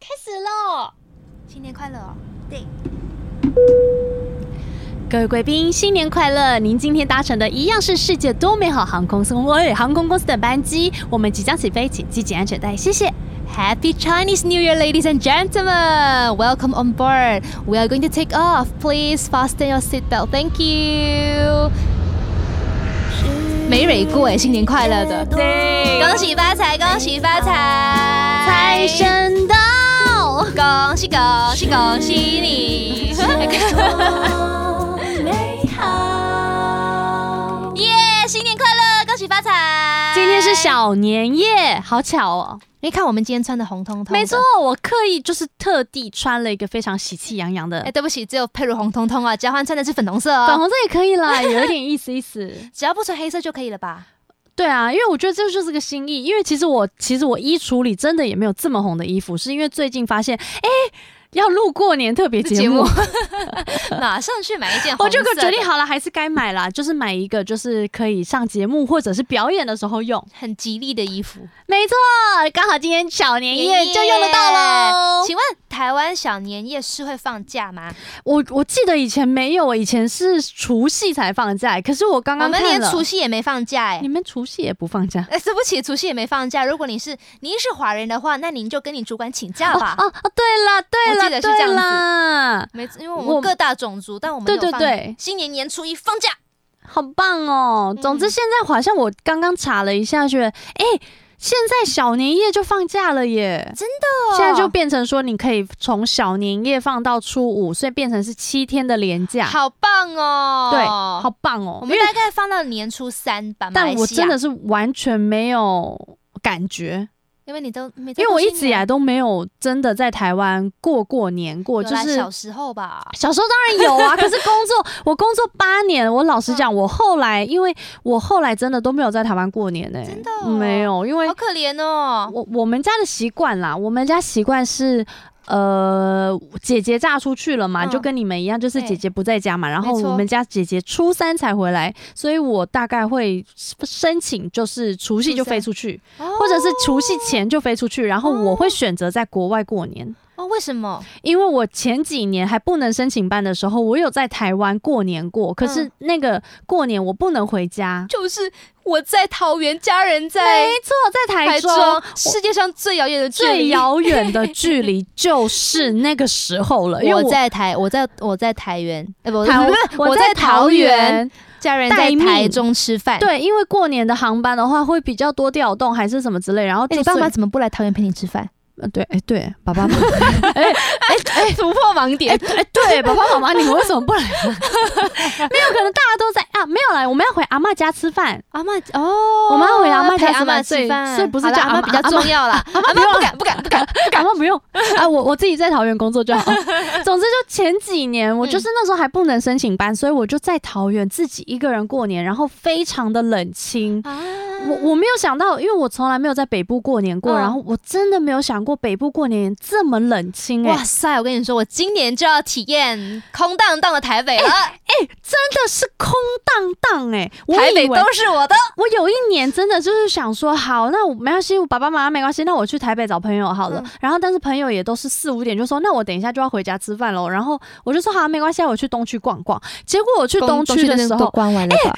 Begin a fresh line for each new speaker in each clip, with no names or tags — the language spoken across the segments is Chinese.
开始喽！
新年快乐哦！
对，
各位贵宾，新年快乐！您今天搭乘的一样是世界多美好航空公司，航空公司的班机，我们即将起飞，请系紧安全带，谢谢。Happy Chinese New Year, ladies and gentlemen! Welcome on board. We are going to take off. Please fasten your seatbelt. Thank you. 没蕊过哎，新年快乐的，
对
恭喜发财，恭喜发财，财神到！恭喜恭喜恭喜 你！
美好。
耶！新年快乐，恭喜发财！今天是小年夜，好巧哦。
你哎看我们今天穿的红彤彤，
没错。，我刻意就是特地穿了一个非常喜气洋洋的，
哎、对不起，只有佩如红彤彤啊，交换穿的是粉红色
粉
哦，
红色也可以啦，有一点 意思意思。
只要不穿黑色就可以了 吧？
对啊，因为我觉得这就是个心意。因为其实我其实我衣橱里真的也没有这么红的衣服，是因为最近发现，哎、要录过年特别节目，
马上去买一件
我
红色
就
的，
决定好了，还是该买啦，就是买一个就是可以上节目或者是表演的时候用。
很吉利的衣服，
没错，刚好今天小年夜
耶
哎就用得到喽。
请问台湾小年夜是会放假吗？
我我记得以前没有，以前是除夕才放假，可是我刚
我
刚
们
看
连
了
除夕也没放假哎、
你们除夕也不放假。
哎、对不起，除夕也没放假。如果你是您是华人的话，那您就跟你主管请假
哦
吧。
哦哦，对了
我
对了，
记得是这样子
对啦
没，因为我
我
们各大种族，但我们
对
有放
对对
新年年初一放假。
好棒哦！
嗯
总之现在好像我刚刚查了一下，觉得哎、现在小年夜就放假了耶，真的现在就变成说你可以从小年夜放到初五，所以变成是七天的连假。
好棒哦！
对，好棒哦！
我
因
们
为
大概放到年初三吧，马来
但
西亚
我真的，是完全没有感觉，
因为你都没在
因为
过
我
新
一
年，
直以来都没有真的在台湾过过年过，
有
就
啦
是
小时候吧，
小时候当然有啊，可是工作 我工作八年，我老实讲，
嗯
我后来因为我后来真的都没有在台湾过年呢、欸
真的哦
没有，因为
好可怜哦。
我我们家的习惯啦，我们家习惯是。呃，姐姐嫁出去了嘛，
嗯
就跟你们一样，就是
对
姐姐不在家嘛。然后
没错
我们家姐姐初三才回来，所以我大概会申请，就是除夕就
初三
飞出去，
或
或者是除夕前就飞出去。然后我会选择在国外过年。
哦，为什么？
因为我前几年还不能申请班的时候，我有在台湾过年过，可
嗯
是那个过年我不能回家。
就是我在桃园，家人
没
在
错，在台
台
中
中，
我
世界上最遥远的距
最
离。
遥远的距离就是那个时候了，因 为
我在台，我在我在台园，哎、不，
台
不
湾
是，
我
我在
桃
桃园，
园。
家人
待
在
命
台中吃饭。，
对，因为过年的航班的话会比较多调动，还是什么之类。然后
哎、
就
你爸
是
妈怎么不来桃园陪你吃饭？
呃对，哎对，爸爸妈妈，
哎、突破盲点
哎哎对，爸爸妈妈，你们为什么不来？ 没有，可能大家都在啊，没有来，我们要回阿嬷家吃饭。
阿妈哦，
我们要回阿嬷
陪
家吃
阿
饭
嬷
所以
吃饭，
所以不是
好啦
叫
阿
阿
嬷
嬷
比较
阿嬷
重要啦。阿嬷不敢不敢不敢，
感冒不用啊，我我自己在桃园工作就好。总之，就前几年我
嗯
就是那时候还不能申请班，所以我就在桃园自己一个人过年，然后非常的冷清。
啊
我我没有想到，因为我从来没有在北部过年过，
嗯
然后我真的没有想过北部过年这么冷清、哎，
哇塞！我跟你说，我今年就要体验空荡荡的台北了，
真的是空荡荡哎！我
台北
以为
都是我的。
我有一年真的就是想说，好，那我没关系，我爸爸妈妈没关系，那我去台北找朋友好了。
嗯
然后，但是朋友也都是四五点就说，那我等一下就要回家吃饭喽。然后我就说好，没关系，啊我去东区逛逛。结果我去东区的时
都
候，
关完了吧？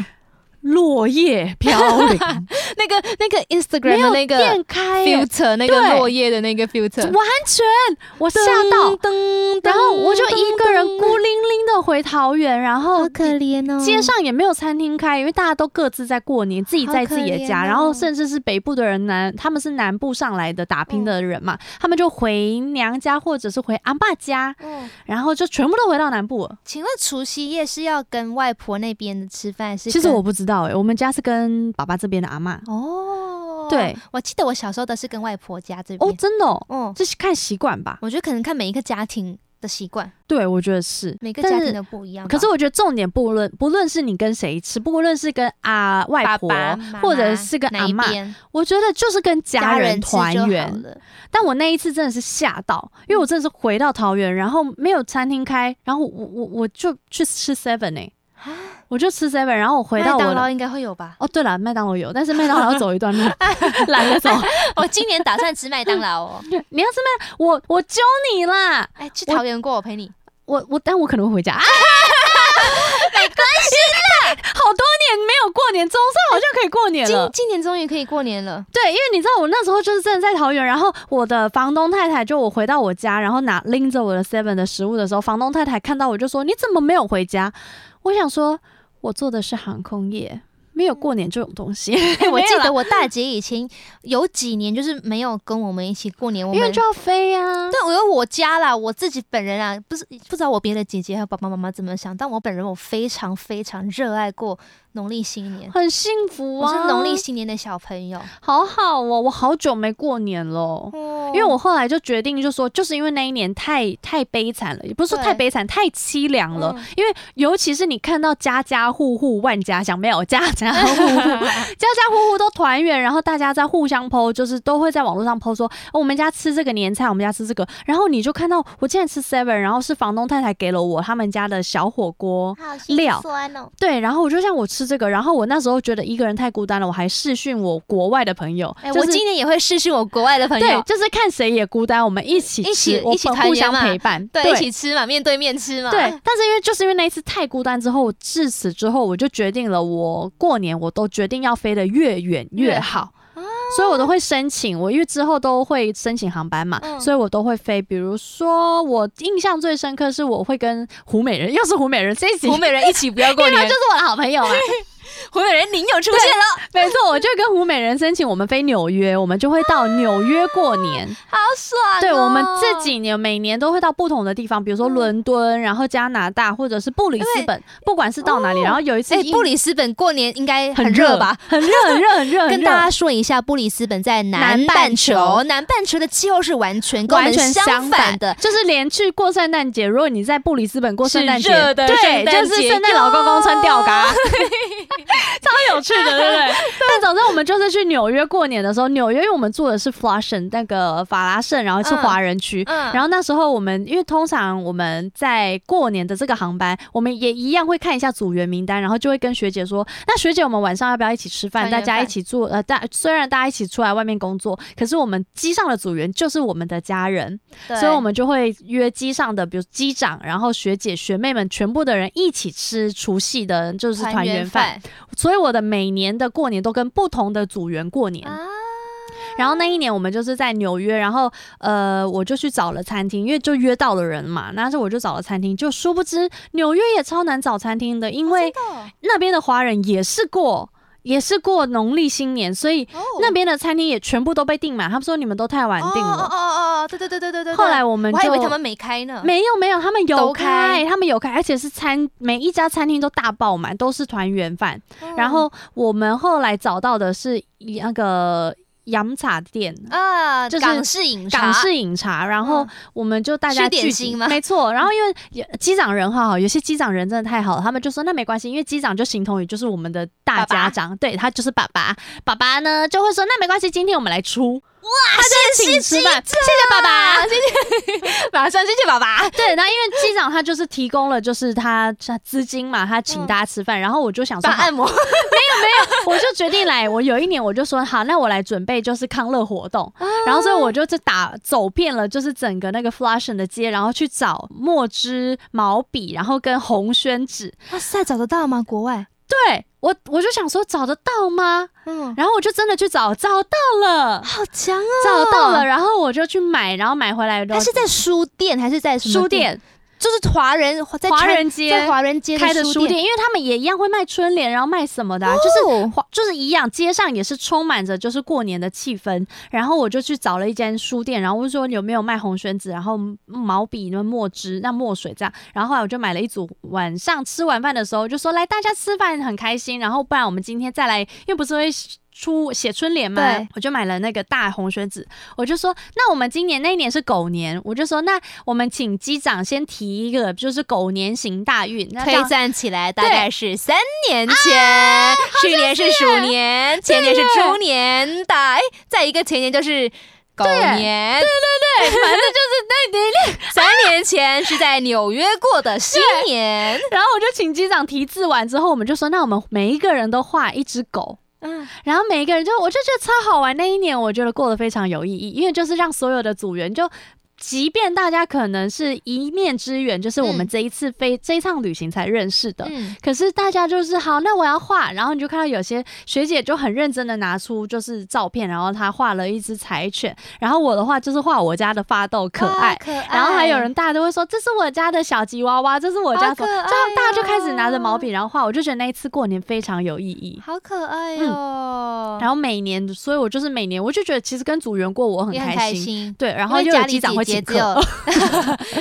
落叶飘零，
哎 那个那个
没
Instagram
有
的那个
店开耶、
filter，那
对
个落叶的那个 filter，
完全我吓到。
噔
然后我就一个人孤
孤，
零零的回桃园，然后
好可怜哦。
街上也没有餐厅开，因为大家都各自在过年，自己在自己的家，
好可怜哦
然后甚至是北部的人南，他们是南部上来的打拼的人嘛，他们就回娘家或者是回阿爸家，
嗯，
然后就全部都回到南部了。
请问除夕夜是要跟外婆那边的吃饭？是
其实
跟
我不知道哎、我们家是跟爸爸这边的阿妈，
哦，
对，
我记得我小时候都是跟外婆家这
哦，
边。
真的、哦，
哦，
这是看习惯吧？
我觉得可能看每一个家庭的习惯，
对，我觉得是
每个
但
家
是
庭的不一样吧。
可是我觉得重点不论不论是你跟谁吃，不论是跟啊外
爸
婆
爸妈妈
或者是跟
哪
阿
一
妈，
边
我觉得就是跟家人
吃就好
团圆。
了
但我那一次真的是吓到，因为我真的是回到桃园，然后没有餐厅开，然后我我我就去吃 Seven 哎、我就吃 seven，然后我回
啊
到
麦
我
当劳
的。
应该会有 吧？
哦，对了，麦当劳有，但是麦当劳要走一段路，懒得走。
我哦今年打算吃麦当劳 哦。
你要是麦，我我教你啦，
哎，去桃园过，我陪你。
我我，但我可能会回家。啊、没关系啦，好多年没有过年，总算好像可以过年
今
了。
今年终于可以过年了，
对，因为你知道我那时候就是真的在桃园，然后我的房东太太就我回到我家，然后拿拎着我的 seven 的食物的时候，房东太太看到我就说：“你怎么没有回家？”我想说，我做的是航空业，没有过年这种东 西。
哎，我
没有
记
啦
得我大姐以前有几年就是没有跟我们一起过年，我
因为
们
就要飞啊呀、
但我有我家啦，我自己本人啊，不是不知道我别的姐姐还有爸爸妈妈怎么想，但我本人我非常非常热爱过农历新年，
很幸福
我
啊！
是农历新年的小朋友，
好好哦，我好久没过年了。
因
因为我后来就决定，就说就是因为那一年太太悲惨了，也不是说太
对
悲惨，太凄凉了。因为尤其是你看到家家户户万家香，没有家家户 户家家户户都团圆，然后大家在互相剖，就是都会在网络上剖说、哦我们家吃这个年菜，我们家吃这个，然后你就看到我竟然吃 seven，然后是房东太太给了我他们家的小火锅。
好
心料
酸哦，
对，然后我就像我吃这个，然后我那时候觉得一个人太孤单了，我还视讯我国外的朋友，
哎、
就
我
是
今年也会试试我国外的朋
对
友，，
就是看谁也孤单，我们一起
一起
吃我
一起
们
团
互
圆
相
嘛
陪伴，
对，一起吃嘛，面对面吃嘛，
对，但是因为就是因为那一次太孤单之后，我自此之后我就决定了，我过年我都决定要飞得越远越
越
好。所以，我都会申请，我因为之后都会申请航班嘛，
嗯
所以我都会飞。比如说，我印象最深刻是我会跟胡美人，又是胡美人这一集，
湖美人一起不要过
因为他
年
就，是我的好朋友嘛。
湖美人您有出现了，
没错，我就跟胡美人申请，我们飞纽约，我们就会到纽约过年。
好爽、哦，嗯
对我们这几年每年都会到不同的地方，比如说伦敦，然后加拿大或者是布里斯本，不管是到哪里。然后有一次
哎、
因，
布里斯本过年应该
很
热吧？
很热，很热，很热，
跟
很
大
热
家。说一下，布里斯本在
南
南
半
半
球
球，南半球的气候是完全跟我
完
们
全相
反的，
就是连去过圣诞节，如果你在布里斯本过圣诞节，
是热的
对，
圣诞节
就是圣诞老公公穿 吊嘎，超有趣的，对不对？但总之，我们就是去纽约过年的时候，纽约因为我们住的是 Flushing 那个法拉盛，然后是
嗯
华人区，
嗯
然后那时候我们，因为通常我们在过年的这个航班，我们也一样会看一下组员名单，然后就会跟学姐说，那学姐我们晚上要不要一起吃饭？
团
大
圆
家
饭
一起住，呃，大虽然大家一起出来外面工作，可是我们机上的组员就是我们的家人，
对
所以我们就会约机上的，比如机长，然后学姐、学妹们全部的人一起吃除夕的，就是团圆饭。，所以我的每年的过年都跟不同的组员过年。
啊
然后那一年我们就是在纽约，然后呃，我就去找了餐厅，因为就约到了人嘛。那时候我就找了餐厅，就殊不知纽约也超难找餐厅的，因
哦
为那边的华人也是过，也是过农历新年，所以那边的餐厅也全部都被订满。他们说你们都太晚订
哦
了。
哦哦哦，对对对对对对。
后来我们
我
就
还以为他们没开呢，
没有没有，他们有
都
开，
开
他们有开，而且是餐每一家餐厅都大爆满，都是团圆饭。
嗯
然后我们后来找到的是一那个洋茶店，
啊，
就是
港式饮茶，
港式饮茶，然后
嗯
我们就大家
吃点
聚
心
集
吗
没错。然后因为有机长人很好，有些机长人真的太好了，他们就说那没关系，因为机长就形同于就是我们的
爸
大
爸
家长，对他就是爸爸。爸爸呢就会说那没关系，今天我们来出，哇，他就会请吃饭，谢谢爸爸。
谢谢，马上谢谢爸爸。
对，那因为机长他就是提供了就是他他资金嘛，他请
嗯
大家吃饭，然后我就想说
把，按摩，
我就决定来，我有一年我就说好，那我来准备就是康乐活动，
啊
然后所以我就就打走遍了就是整个那个 Flushing 的街，然后去找墨汁、毛笔，然后跟红宣纸。
哇塞，找得到吗？国外，
对我我就想说找得到吗？
嗯，
然后我就真的去找，找到了，
好强哦，
找到了，。然后我就去买，然后买回来的
他是在书店还是在什么
书？店
就是华人在
华
川
人街
在华人街
开的
书
书店，因为他们也一样会卖春联，然后卖什么的、啊，就是
是
花就是一样，街上也是充满着就是过年的气氛。然后我就去找了一间书店，然后问说有没有卖红宣纸，然后毛笔、那墨汁、那墨水这样。然后后来我就买了一组，晚上吃完饭的时候就说来大家吃饭很开心，然后不然我们今天再来，因为不是会。出写春联嘛
对，
我就买了那个大红宣纸，我就说，那我们今年那一年是狗年，我就说，那我们请机长先提一个，就是狗年行大运，那这
推
样
算起来大
对
概是三年前，去年啊是鼠年，前年是猪年的，哎，再一个前年就是狗年，对对对，反正就是 对对对，三年前是在纽约过的新年。
然后我就请机长题字完之后，我们就说，那我们每一个人都画一只狗。
嗯，
然后每一个人就，我就觉得超好玩。那一年我觉得过得非常有意义，因为就是让所有的组员就。即便大家可能是一面之缘，就是我们
嗯
这一次飞、这一趟旅行才认识的，
嗯，
可是大家就是好，那我要画，然后你就看到有些学姐就很认真的拿出就是照片，然后她画了一只柴犬，然后我的话就是画我家的发豆可爱
啊哇，可爱。
然后还有人大家都会说这是我家的小吉娃娃，这是我家什
好可
么，
爱
就他们大家就
哦
开始拿着毛笔然后画，我就觉得那一次过年非常有意义。
好可爱哦，
然后每年，所以我就是每年，我就觉得其实跟组员过我很
也很
开
开
心，
心。
对，然
因
后
为
又
家
有
里
机长会
姐
请
姐
客
只，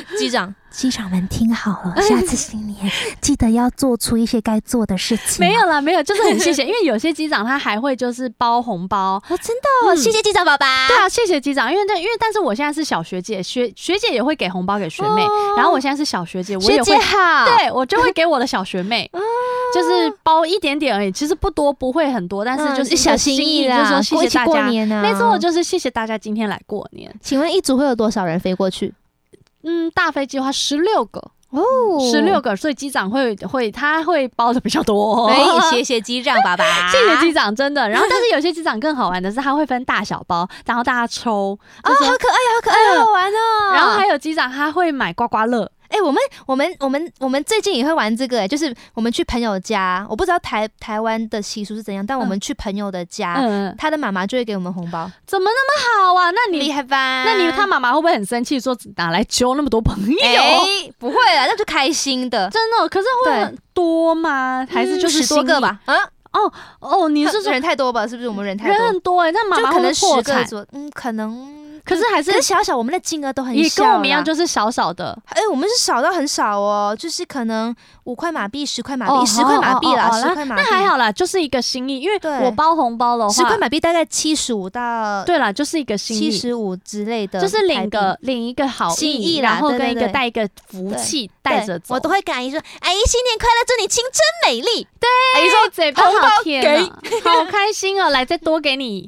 有 机长，
机长们听好了，下次新年记得要做出一些该做的事情。
没有啦，没有，就是很 谢谢，因为有些机长他还会就是包红包，
我真的哦
嗯
谢谢机长爸爸。
对啊，谢谢机长，因为对，因为但是我现在是小学姐，学学姐也会给红包给学妹，
哦
然后我现在是小学姐，我也
学姐
会
好，哦
对我就会给我的小学妹，就是包一点点而已，其实不多，不会很多，但
嗯，
是就是一个
小心
意，
意
就是
啦，
说谢
过一
谢
起
大
过
家。
年啊。
没错，就是谢谢大家今天来过年。
请问一组会有多少人飞过去？
嗯，大飞计划十六个，
哦，
十六。个，所以机长会会他会包的比较多。
哎，谢谢机长爸爸，
哦 谢谢机长，真的。然后，但是有些机长更好玩的是，他会分大小包，然后大家抽。
啊，好可爱，好可爱，
嗯
好玩哦。
然后还有机长他会买刮刮乐，
哎、我们我们我们我们最近也会玩这个、哎，就是我们去朋友家，我不知道台台湾的习俗是怎样，但我们去朋友的家，
嗯，
他的妈妈就会给我们红包，
怎么那么好啊？那
厉
你
害吧？
那你他妈妈会不会很生气，说哪来揪那么多朋
哎、
友？
不会啊，那就开心的，
真的，可是会
对
很多吗？还是就是
嗯十多个
心意？
吧？啊，
哦，你是
这
说
人太多吧？是不是我们人太多？
人很多哎、那妈
就
妈
可
会不
能
会
十
破
个
产？
左，嗯，可能。
可是还是
可是小小，我们的金额都很小，
也跟我们一样，。就是少少的。
哎、我们是少到很少哦，就是可能五块马币、十块马
哦
币、十块马币啦，
好好
十
好
块马币。
那还好啦，就是一个心意，因为
嗯对
我包红包的话，呃
十块马币大概七十五到
对啦，就是一个心
七
意，
十五之类的台
就
币，
是领个领一个好
心
意，
意啦
然后
对
跟
对
一个
对
带一个福
对
气
对
带着走。
我都会跟阿姨说：“阿姨新年快乐，祝你青春美 丽。
哎，你说嘴巴
红包
好甜啊，好开心哦！来，再多 给你，”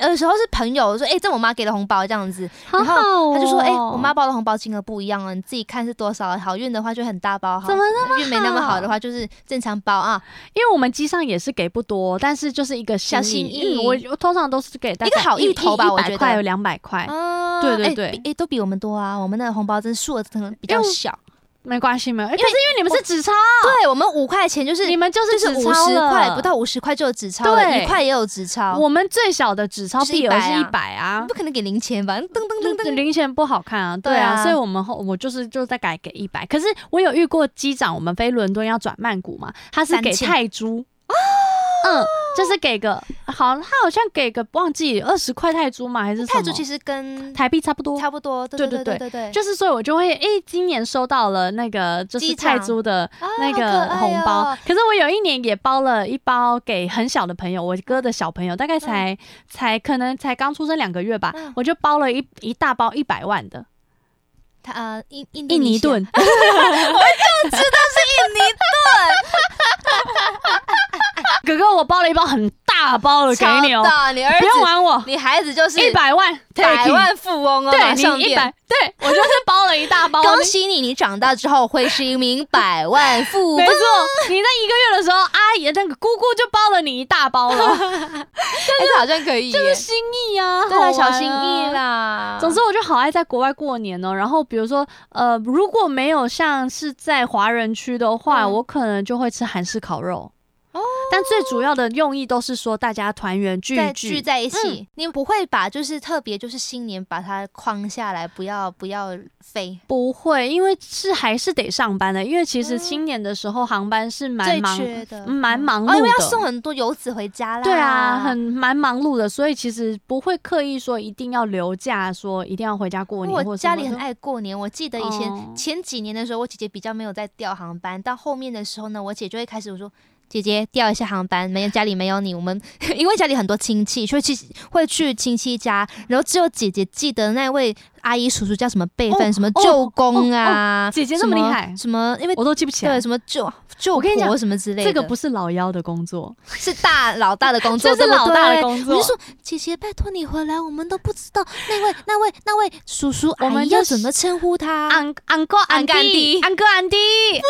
我有时候是朋友说：“哎、这我妈给的红包这样子。”
好
后
好哦。
他就说：“哎、我妈包的红包金额不一样啊，你自己看是多少。好运的话就很大包，好
怎么那么
运没那么好的
好
话就是正常包啊，
因为我们机上也是给不多，但是就是一个
小心
意。
意
嗯我我通常都是给大概
一个好意头吧
一
我觉
百
得
块有两百块，
啊
对对
哎
对
比哎、都比我们多啊。我们的红包真是数额可能比
因
较
为
小，
没关系没有。哎可是因为你们是纸钞，啊
对我们五块钱就是
你们就
就是是
纸
五
钞
十
了
块，不到。五十块就有纸钞了，
对
一块也有纸钞，
我们最小的纸钞
就是
币额是
100
一
啊
百啊
不。可能给零钱吧？噔噔噔噔，
零钱不好看啊，对
对
啊，
啊
所以我们后我就是就再改给一百。可是我有遇过机长，我们飞伦敦要转曼谷嘛，他是
三
给
千
泰铢，嗯，就是给个好，他好像给个忘记二十块泰铢嘛，还是什
泰铢
么
其实跟
台币差不多，
差不多，对
对
对
对
对对对，
就是所以我就会诶、今年收到了那个就是
机长
泰铢的
啊
那个红
好可
包，
爱哦
可是我有一年也包了一包给很小的朋友，我哥的小朋友，大概才、才可能才刚出生两个月吧，
嗯
我就包了一一大包一百万的
他呃印印
印尼
尼盾，
盾， 哥哥我包了一包很大包的给
超
你哦，
大，你儿
不用
子，
玩我，
你孩子就是
一百万
百
take it
万富翁哦，马
对
上
你一
变。
百，对 我就是包了一大包，
恭喜你，你长大之后会是一名百万富翁
没。错，你在一个月的时候，阿姨那个姑姑就包了你一大包了，
哎，这好像可以耶，
就是心意啊，
对
好玩
啊，
啊
小心意。啦。
总之，我就好爱在国外过年哦。然后，比如说，呃，如果没有像是在华人区的话，
嗯
我可能就会吃韩式烤肉。
哦
但最主要的用意都是说大家团圆聚
再
一
聚
聚。
在一
嗯
起，你不会把就是特别就是新年把它框下来，不要不要飞，
不会，因为是还是得上班的，因为其实
嗯
新年的时候航班是蛮
最
忙，
缺的
嗯蛮忙碌的
哦，因为要送很多游子回家啦。
对啊，很蛮忙碌的，所以其实不会刻意说一定要留假，说一定要回家过年或者
我家里
什么
很
的
爱过年，我记得以前、
哦
前几年的时候，我姐姐比较没有在调航班，到后面的时候呢，我姐就会开始我说。姐姐调一下航班，没有家里没有你，我们 因为家里很多亲戚，所以去会去亲戚家，然后只有姐姐记得那位阿姨、叔叔叫什么辈分，
哦
什么
哦
舅公啊，
哦哦姐姐那么
什
厉害
什么因为
我都记不起来
对。什么舅舅
我跟你讲
婆什么之类的，
这个不是老妖的工作，
是大老大的工作，
这是老大
对
的
不对
工作
我就说姐姐，拜托你回来，我们都不知道那位那位那位叔叔
我
阿
们
姨
就
要怎么称呼他。
安安哥安
安
弟啊
弟
安哥安弟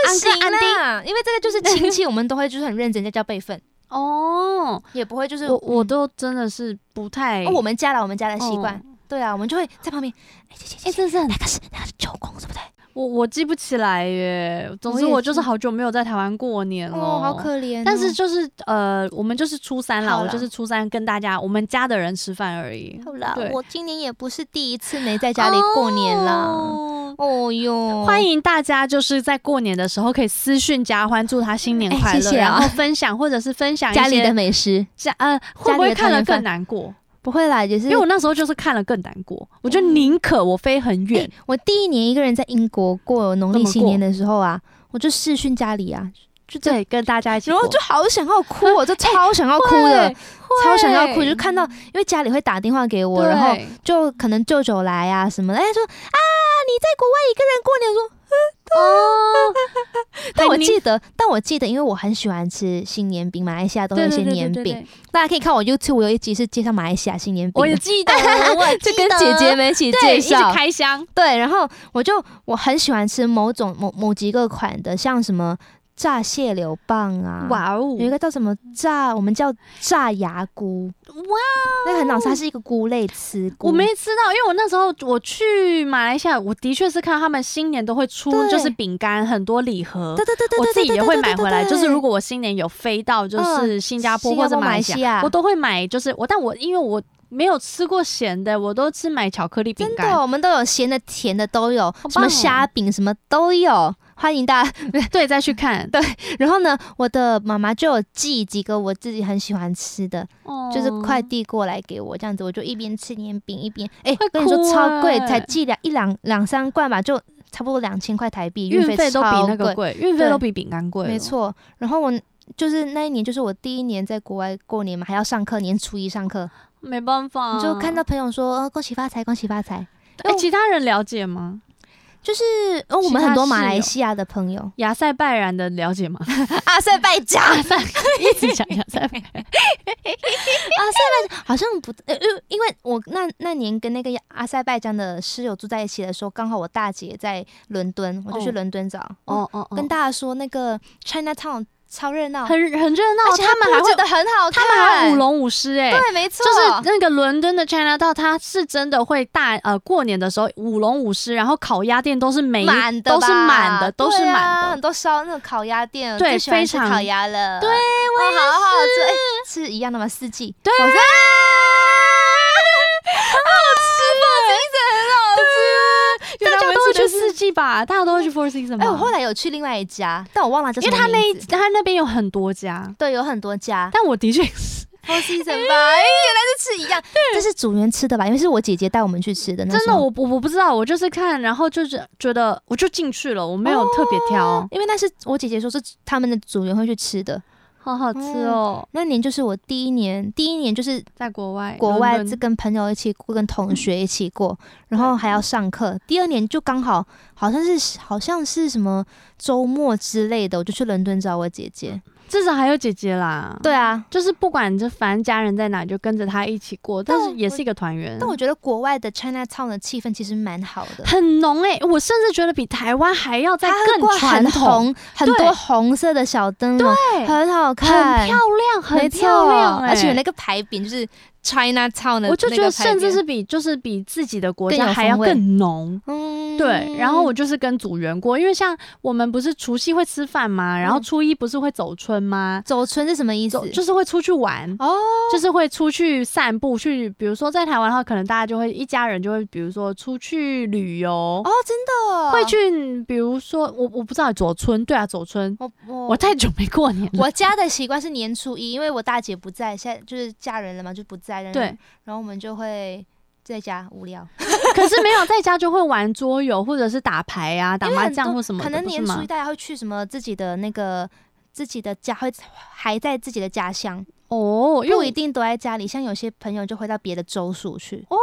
安哥安弟
啦，因为这个就是亲 戚，我们都会就是很认真在叫辈分，
哦，
也不会就是
我我都真的是不太，
嗯哦我们家啦，我们家的习惯
哦，
对啊，我们就会在旁边，哎姐姐姐姐，
这是很
那个是那个是舅公是不对？
我我记不起来耶。总
我
之
也
我就是
是
好久没有在台湾过年了，
哦，好可怜哦。
但是就是呃，我们就是初三啦，
好
我
啦
就是初三跟大家我们家的人吃饭而已。
好啦
对，
我今年也不是第一次没在家里过年啦。
哦
哦哟，
欢迎大家就是在过年的时候可以私讯佳欢，祝她新年
哎
快乐，
谢谢啊
然后分享或者是分享一
家里
些
的美食，
家呃会不
家里
会
的
看了
团圆
更
饭
难过？
不会啦，也是
因为我那时候就是看了更难过，我就
哦
宁可我飞很远，
欸我第一年一个人在英国过农历新年的时候啊，我就视讯家里啊，就这，
对，跟大家一起
然
过。
后就好想要哭、 哦，我就超想要哭的，
会
超想要哭，
会
就看到因为家里会打电话给我，
对
然后就可能舅舅来啊什么的，哎说啊你在国外一个人过年， 我说。
哦，
啊但我
你
记得，但我记得，因为我很喜欢吃新年饼，马来西亚都会有一些年
对对对对
饼。
对
大家可以看我 YouTube，我有一集是介绍马来西亚新年饼
我也
的，
记得， 我也
就
记
跟
得
姐姐啊们一起
对
介
一起
绍，
开箱，
对，然后我就我很喜欢吃某种某某几个款的，像什么炸蟹柳棒啊，，
哇哦，
有一个叫什么炸，我们叫炸牙菇，
哇，
那很好吃，它是一个菇类吃菇。
我没吃到，因为我那时候我去马来西亚，我的确是看到他们新年都会出
对
就是饼干很多礼盒
对，对对对对，
我自己也会买回来。就是如
果
果我新年有飞到就是新加坡
新
或
加
者
坡
马
马
来
来
西
西
亚，
亚
我都会买，就是我，但我因为我没有吃过咸的，我都是买巧克力饼
真的，哦
干。
我们都有咸的、甜的都有，什
棒哦
么虾饼什么都有。欢迎大家。
对，再去看，
然后呢，我的妈妈就有寄几个我自己很喜欢吃的，
哦
就是快递过来给我，这样子我就一边吃年饼一边，哎、
会
跟你说
哭
超贵，才
欸
寄两一两两三罐吧，就差不多两千块台币，
运费
费
都比
超
那个
贵，
贵，运费都
对
比饼干贵了，
没错。然后我就是那一年，就是我第一年在国外过年嘛，还要上课，年初一上课，
没办法啊，
你就看到朋友说、呃、恭喜发财，恭喜发财，
哎，其他人了解吗？
就是呃我
其
们
他
很多马
室
来
友
西亚的朋友，
亚塞拜然的了解吗？
阿塞拜疆，
一直讲亚塞拜然，
好像不，呃，因为因为我那那年跟那个阿塞拜疆的室友住在一起的时候，刚好我大姐在伦敦，我就去
哦
伦敦找，哦，
哦哦，
跟大家说那个 China Town 超热闹，
很很热闹，
而且
他们还
布置
会
得很好
他
看，
们还舞龙舞狮哎、
对，没错，
就是那个伦敦的 China Town，它是真的会大呃过年的时候舞龙舞狮，然后烤鸭店都是哎每一
满的
都是
吧
满的，都是
对啊
满的。
很多烧那种烤鸭店，我
对
最喜欢吃
非常
烤鸭了，对，
我也
好好
是
吃，哎吃一样的吗？四季，
对
好吃，
啊
很好吃，
大家都会去四
四。
季吧，大家都会去 Four Seasons 吧。
哎，我后来有去另外一家，但我忘了叫
因
什
为
么
他那一
名字啊
他那边有很多家，
对有很多家，
但我的确是
偷鸡怎 么办？哎，原来是吃一样，这是组员吃的吧？因为是我姐姐带我们去吃的，那
真
时
的
候
我我我不知道，我就是看，然后就是觉得我就进去了，我没有特别挑，
因为那是我姐姐说是他们的组员会去吃的。
好好吃哦，
那年就是我第一年，第一年就是
在国外
国
伦
外
敦
是跟朋友一起过，跟同学一起过，然后还要上课。第二年就刚好好像是好像是什么周末之类的，我就去伦敦找我姐姐。
至少还有姐姐啦。
对啊，
就是不管这反正家人在哪，就跟着他一起过，但是也是一个团圆。
但我觉得国外的 China Town 的气氛其实蛮好的。
很浓哎、我甚至觉得比台湾还要再
它
更
会
传
很
统，
红，很
对
多红色的小灯笼，
对，
很好
很
看，
漂亮，很
没错
漂亮、欸，
而且有那个牌匾就是 China Town 的那个牌匾，
我就觉得甚至是比就是比自己的国
更
家
有
还要
风味
更浓。
嗯
对，然后我就是跟组员过，因为像我们不是除夕会吃饭吗？然后
嗯
初一不是会走春吗？
走春是什么意思
走？就是会出去玩，
哦，
就是会出去散步，去比如说在台湾的话，可能大家就会一家人就会，比如说出去旅游，
哦，真的哦
会，去，比如说我我不知道走春，对啊，走春，
哦我我
我太久没过年了。
我家的习惯是年初一，因为我大姐不在，现在就是嫁人了嘛，就不在了。
对，，
然后我们就会在家无聊，
可是没有在家就会玩桌游，或者是打牌啊、打
因为
麻
很多
将或什么的，
可能
不是
年初
吗
一大家会去什么自己的那个。自己的家会还在自己的家乡，
哦，因
不
为
一定都在家里。像有些朋友就会到别的州属去
哦，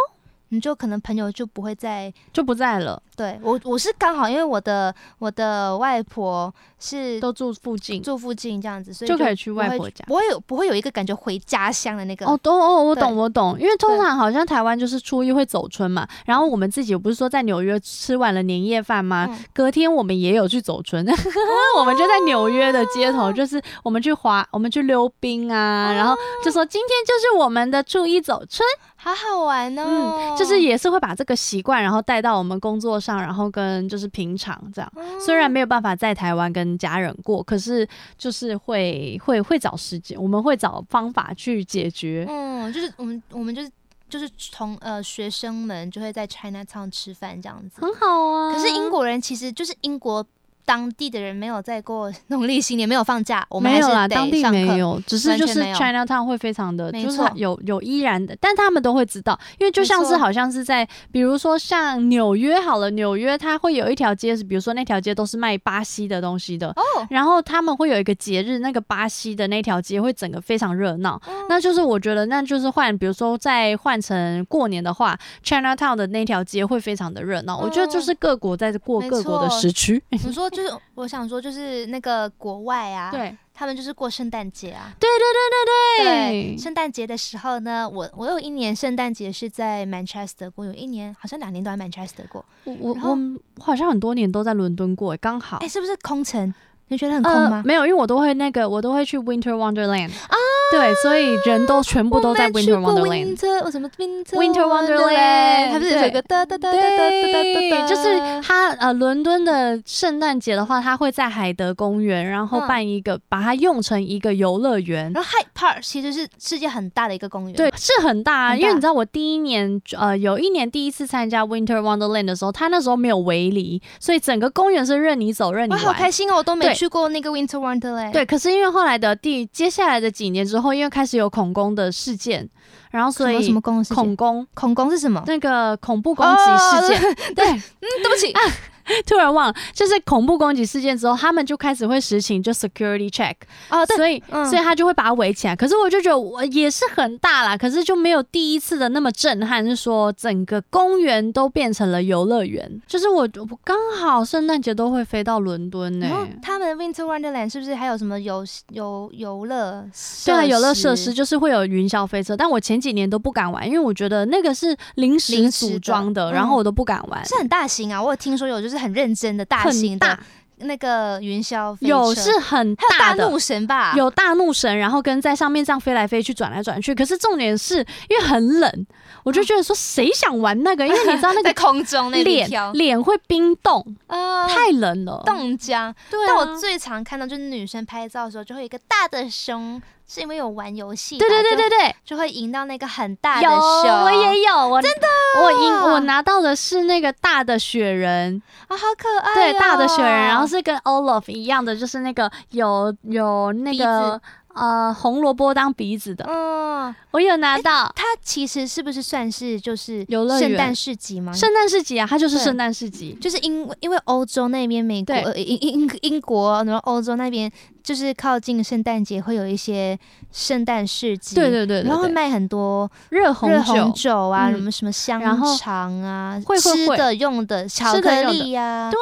你就可能朋友就不会再
就不在了，
对我，我是刚好因为我的我的外婆是
都住附近，
住附近这样子，所以
就可以
以
去外婆家。
不会有不会有一个感觉回家乡的那个
哦，懂哦，我
对
懂我懂，因为通常好像台湾就是初一会走春嘛，然后我们自己不是说在纽约吃完了年夜饭吗？
嗯
隔天我们也有去走春， 我们就在纽约的街头，
哦
就是我们去滑，我们去溜冰啊，然后就说今天就是我们的初一走春，
好好玩哦，
嗯就是也是会把这个习惯，然后带到我们工作上，然后跟就是平常这样。
哦
虽然没有办法在台湾跟家人过，可是就是会会会找时间，我们会找方法去解决。
嗯，就是我们我们就是就是从呃学生们就会在 China Town 吃饭这样子，
很好啊，
可是英国人其实就是英国当地的人没有在过农历新年，没有放假，我们
没
还
有
是
啦，
得
当地
上课
没有，只是
完
就
全
是
没有
China Town 会非常的，
没
就是
错
有有依然的，但他们都会知道，因为就
没
像是
错
好像是在，比如说像纽约好了，纽约它会有一条街是，比如说那条街都是卖巴西的东西的，
哦，
然后他们会有一个节日，那个巴西的那条街会整个非常热闹。
哦
那就是我觉得，那就是换，比如说再换成过年的话，China Town 的那条街会非常的热闹。我觉得就是各国在过
哦没
各国的
错嗯
时区，
你说就是我想说就是那个国外啊，
对
他们就是过圣诞节啊。
对对对对
对，圣诞节的时候呢，我我有一年圣诞节是在 Manchester 过，有一年好像两年都在 Manchester 过。
对，我
然
我
后
我好像很多年都在伦敦过，刚好
哎、。是不是空城？你觉得很空
呃，
吗？
没有，因为我都会那个，我都会去 Winter Wonderland 啊，对，所以人都全部都在 Winter Wonderland。
Winter 我什么 Winter
Winter Wonderland，
它不是有个哒哒哒哒哒哒
对，
哒，
就是它呃，伦敦的圣诞节的话，它会在海德公园，然后
嗯
办一个，把它用成一个游乐园。
然后 Hyde Park 其实是世界很大的一个公园。
对，是很大啊，
很大
因为你知道我第一年，呃，有一年第一次参加 Winter Wonderland 的时候，它那时候没有围篱，所以整个公园是任你走任你
哇，好开
玩。
心哦！我都没
对
去过那个 Winter Wonderland。
对，可是因为后来的第接下来的几年之后，因为开始有恐攻的事件，然后
什
所
么什
以
么公司？
恐攻
恐攻是什么？
那个恐怖攻
哦
击事件， 对，
嗯，对不
啊
起，
突然忘了，就是恐怖攻击事件之后，他们就开始会实行就 security check，、
哦，对，
所以、
嗯
所以他就会把它围起来。可是我就觉得我也是很大啦，可是就没有第一次的那么震撼，是说整个公园都变成了游乐园。就是我我刚好圣诞节都会飞到伦敦欸呢、
然后他们的 Winter Wonderland 是不是还有什么游游游乐？
对啊，游乐设施。就是会有云霄飞车，但我前几年都不敢玩，因为我觉得那个是临时
临时的
组装的，
嗯
然后我都不敢玩。
是很大型啊！我有听说有就是很认真的大型
很
的
大，
那个云霄飞车，
有是很
还有大
大的，
怒神啊吧？
有大怒神，然后跟在上面这样飞来飞去、转来转去。可是重点是因为很冷，我就觉得说谁想玩那个？因为你知道那
嗯 在
个
空中那一
脸
飘，
脸会冰冻，
啊，
太冷了。
冻僵。
对啊，
但我最常看到就是女生拍照的时候，就会有一个大的熊，是因为有玩游戏吧，
对对对对对，
就，就会赢到那个很大的
有
熊。
我也有，我真的我赢
啊
我拿到的是那个大的雪人，
啊，好可爱、哦
对大的雪人，然后。是跟 Olaf 一样的，就是那个有有那个呃红萝卜当鼻子的，
嗯，
我有拿到。
它其实是不是算是就是
游乐园
圣诞市集吗？
圣诞市集啊，它就是
哎对
圣诞市集，
就是因为因为欧洲那边美国
对
呃英英英英国，然后欧洲那边就是靠近圣诞节会有一些圣诞市集，
对对对对
然后会
对
卖很多
热红
热
酒
红，酒啊，
嗯
什么什么香
然后
肠啊，
会会
吃
会
的用的巧
吃的
克
用的
力呀、对，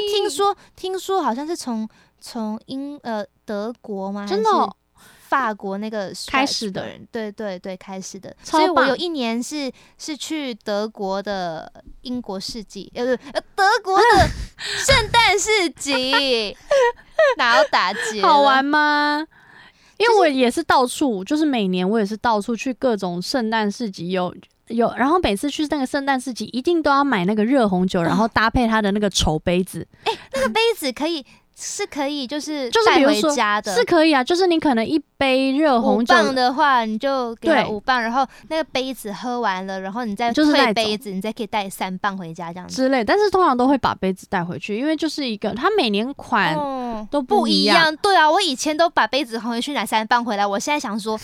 因为听说听说好像是从从英呃德国吗？
真的哦、
法国那个
开始的
Schwarzburg，对对对，开始的。
超
所以我
棒
有一年是是去德国的英国市集，呃不呃德国 的圣诞市集，然后打结，
哎好玩。吗？因
就
为
是
我也是到处，就是每年我也是到处去各种圣诞市集，有有，然后每次去那个圣诞市集，一定都要买那个热红酒，然后搭配它的那个丑杯子，
那个杯子可以是可以就是
就是
带
比如
回
说
家的，
是可以啊。就是你可能一杯热
五
呃红酒，
磅的话，你就给他
对
五磅，然后那个杯子喝完了，然后你再
就是带
退
走
杯子，你再可以带三磅回家这样子。
之类，但是通常都会把杯子带回去，因为就是一个它每年款
哦，
都
不
哎一
一
样。
样，对啊，我以前都把杯子还回去拿三磅回来，我现在想 说，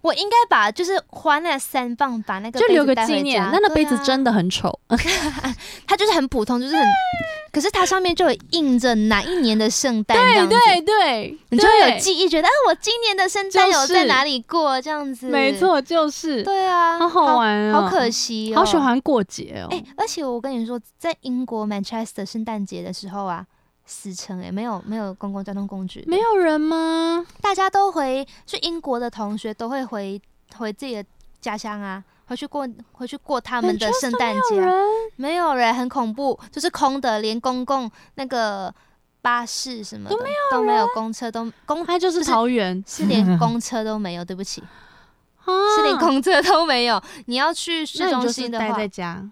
我应该把就是花那三磅把那个
就留
杯子带
个纪
回
念
家，啊
那那杯子
对啊
真的很丑，
它就是很普通，就是很可是它上面就有印着哪一年的圣诞，这
对
样子
对对，
你就会有
对
记忆，觉得啊，我今年的圣诞有
就是
在哪里过，这样子，
没，错，就是，
对啊，
好好玩哦
好可惜、哦，
好喜。欢过节哦
哎、。而且我跟你说，在英国 Manchester 圣诞节的时候啊，死城哎、没有没有公共交通工具，
没有人吗？
大家都回去英国的同学都会回回自己的家乡啊，回去过回去过他们的圣诞
没
节
有
啊、
人，
没有人很恐怖，就是空的，连公共那个巴士什么的都没有，公车都公
他就是
就是
桃园，
是 连公车都没有，对不起，
嗯啊
是连公车都没有。你要去市
那你
中
就是
心的
待
话
在，家，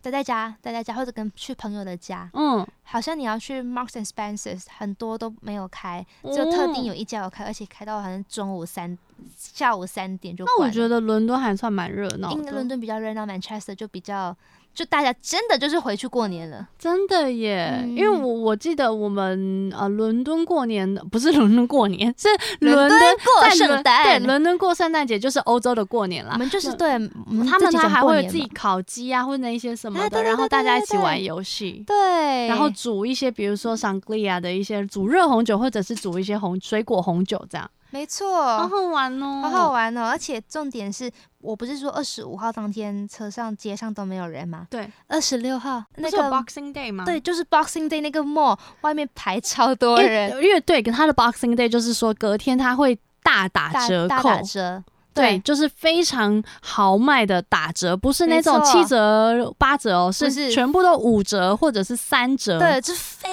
待在家，待在家，或者跟去朋友的家，
嗯，
好像你要去 Marks and Spencers，很多都没有开，只有特定有
哦。
一家有开，而且开到好像中午三、下午三点就关
那
了。
我觉得伦敦还算蛮热闹
英伦
的，
敦比较热闹，Manchester 就比较，就大家真的就是回去过年了。
真的耶！
嗯
因为我我记得我们呃伦敦过年的不是伦敦过年，是伦
敦
敦
过
在伦
圣诞
对，伦敦过圣诞节就是欧洲的过年啦
我。们就是
那
对，我嗯们
他们
自己
他
讲
还
过
会有
年
自己
嘛
烤鸡啊，或那一些什么
啊对对
的，然后
对对
大家一
对
起
对
玩游戏。
对，
然后煮一些，比如说桑格利亚的一些煮热红酒，或者是煮一些红水果红酒这样，
没错，
好好玩哦，
好好玩哦！而且重点是我不是说二十五号当天车上街上都没有人吗？
对，
二十六号那
那个
个
Boxing Day 吗？
对，就是 Boxing Day 那个 mall 外面排超多
因
人，
为乐队跟他的 Boxing Day 就是说隔天他会大打
大
折
大
扣，
打折，
对，，就是非常豪迈的打折，不是那种
没错
七折八折哦，是
是
全部都五折或者是三折，
对，就非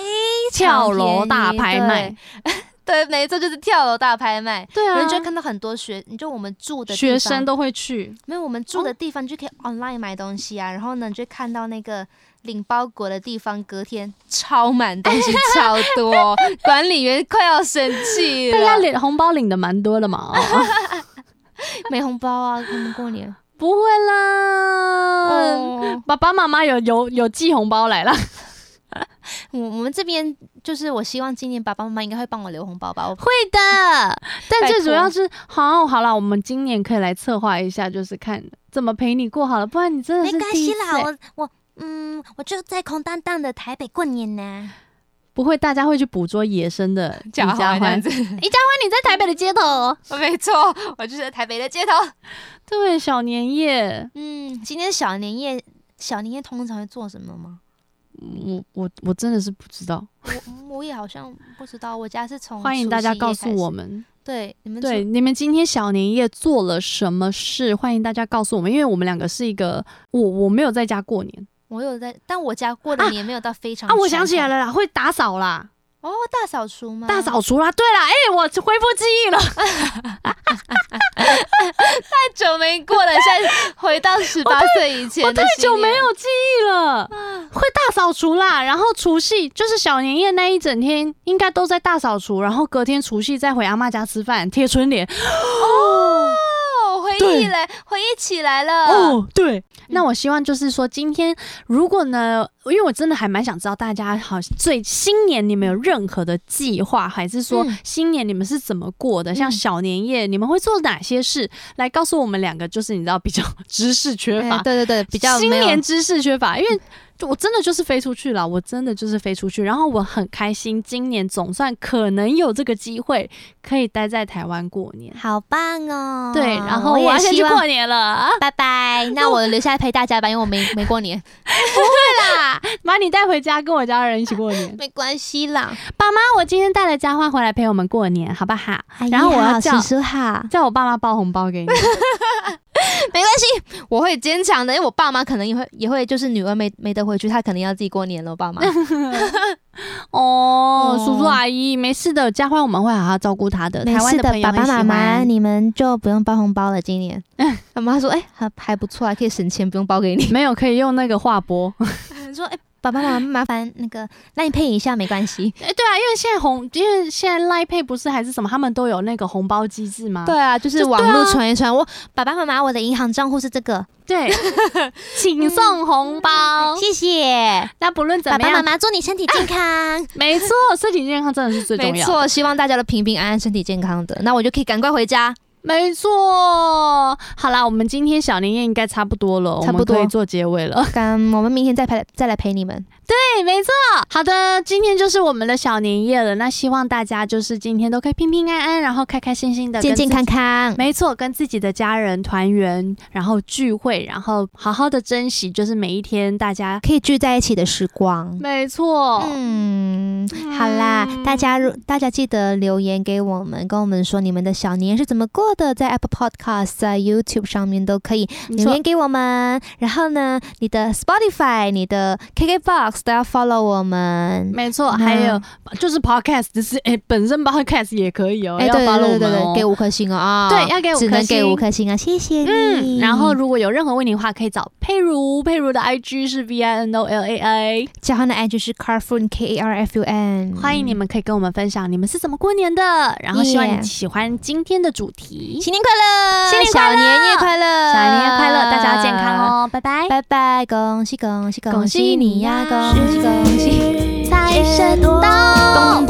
跳
常
楼
便
大
宜
拍卖，，
对对，没错，就是跳楼大拍卖。
对
然
啊
后，就会看到很多学，你就我们住的地
学
方
生哦都会去，
没有，我们住的地方就可以 online 买东西啊。然后呢，你就看到那个领包裹的地方，隔天超满东 西，超多，管理员快要生气
大家
了。
啊 领红包领的蛮多的嘛，哦
没红包啊，他们过年。
不会啦。
哦
嗯，
爸爸妈妈有有有寄红包来了，
我我们这边就是，我希望今年爸爸妈妈应该会帮我留红包吧。我
会的。但
拜
最主要
托
是，好好了，我们今年可以来策划一下，就是看怎么陪你过好了，不然你真的
没
是
关
第一
系
次
啦，
欸
我我嗯，我就在空荡荡的台北过年呢。
不会，大家会去捕捉野生的李
假
佳
这样
欢。
子，
你在台北的街头，
没错，我就是在台北的街头。
对，小年夜，
嗯，今天小年夜，小年夜通常会做什么吗？
我我我真的是不知道，
我我也好像不知道，我家是从
欢迎
除
大家
夕夜
告诉
开始
我。们，
对，你们
对你们今天小年夜做了什么事，欢迎大家告诉我们，因为我们两个是一个，我我没有在家过年
我有在，但我家过的年没有到非常
啊，我想啊起来
了，
了啦，会打扫啦。
哦，大扫除吗？
大扫除啦，对啦，哎、我恢复记忆了，
太久没过了，现 在回到十八岁以前
我
的
太久
新
没
年
有记啊忆了，会大扫除啦，然后除夕就是小年夜那一整天，应该都在大扫除，然后隔天除夕再回阿妈家吃饭贴春联，
哦，回
对
忆来，回忆起来了。
哦，对，那我希望就是说，今天如果呢，因为我真的还蛮想知道大家好最新年你们有任何的计划，还是说
嗯
新年你们是怎么过的？像
嗯
小年夜你们会做哪些事？来告诉我们两个，就是你知道比较知识缺
哎
乏，
对对对，比较
新
没有
年知识缺乏，因为。我真的就是飞出去了，我真的就是飞出去，然后我很开心，今年总算可能有这个机会可以待在台湾过年。
好棒哦！
对，然后
我
我要
也
先
希
去
望
过年了啊。
拜拜。
那我留下来陪大家吧，因为我没没过年，
把你带回家，跟我家人一起过年。
没关系啦。
爸妈，我今天带了佳欢回来陪我们过年，好不好？然
然
后
后
我
我
要
要
叫
哎叔叔好，
叫我爸妈包红包给 你。
没关系，我会坚强的，因为我爸妈可能也会也会，就是女儿没没得回去，她可能要自己过年了。我爸 妈
哦
哦，
叔叔阿姨，没事的，佳欢我们会好好照顾她嗯的。
没
台湾
事的
朋，友
爸爸
很喜
妈
欢
妈，你们就不用包红包了，
今年，我妈说，哎、还还不错啊，可以省钱，不用包给你。
没有可以用那个话拨。
说，哎、
爸爸妈妈麻烦那个
那你配 一下没关系。
哎，对啊，因为现在红，因为现在 Line Pay 不是还是什么，他们都有那个红包机制吗？
对啊，就是
就对
网
啊
络传一传，我
爸爸妈妈，我的银行账户是这个，
对， 请送红包。
谢谢。
那不哦论怎
爸
么
爸妈
样，啊
妈，祝你身体健康。
没错，身体健康真的是最重
没
要的。
错，希望大家都平平安安、身体健康的，那我就可以赶快回家。
没错，好啦，我们今天小年夜应该差不多了，
差不多
我们可以做结尾了。
赶，我们明天再陪再来陪你们。
对对，没错。好的，今天就是我们的小年夜了，那希望大家就是今天都可以平平安安，然后开开心心的，
健健康。康。
没错，呃跟自己的家人团圆，然后聚会，然后好好的珍惜，就是每一天大家。
可以聚在一起的时光。
没错，
嗯，好啦，大家如大家记得留言给我们，跟我们说你们的小年是怎么过的，在 Apple Podcast、在 YouTube 上面都可以
没
留
错
言给我们。然后呢，你的 Spotify、你的 KKBox 都要 follow 我们。
没错，
嗯
还有就是 podcast，只是哎、本身 podcast 也可以哦，
哎，
要
对
follow
对对
我
对
们哦
对，给五颗星哦啊！
对要给五
只
颗
能
星
给五颗星啊，谢谢你。
嗯，然后如果有任何问题的话，可以找佩如，佩如的 IG 是 V I N O L A I，、
交换的 IG 是 Carfun K A R F U N，
欢迎你们可以跟我们分享你们是怎么过年的，然后希望
Yeah
你喜欢今天的主题。
新年快乐，
嗯新年快乐
小年夜快乐，
小年夜快乐，大家要健康哦，拜拜。
哎
拜拜，恭喜恭喜
恭
恭
喜
喜
你
你
呀
呀，恭喜恭喜，
哦财神到。
咚
哎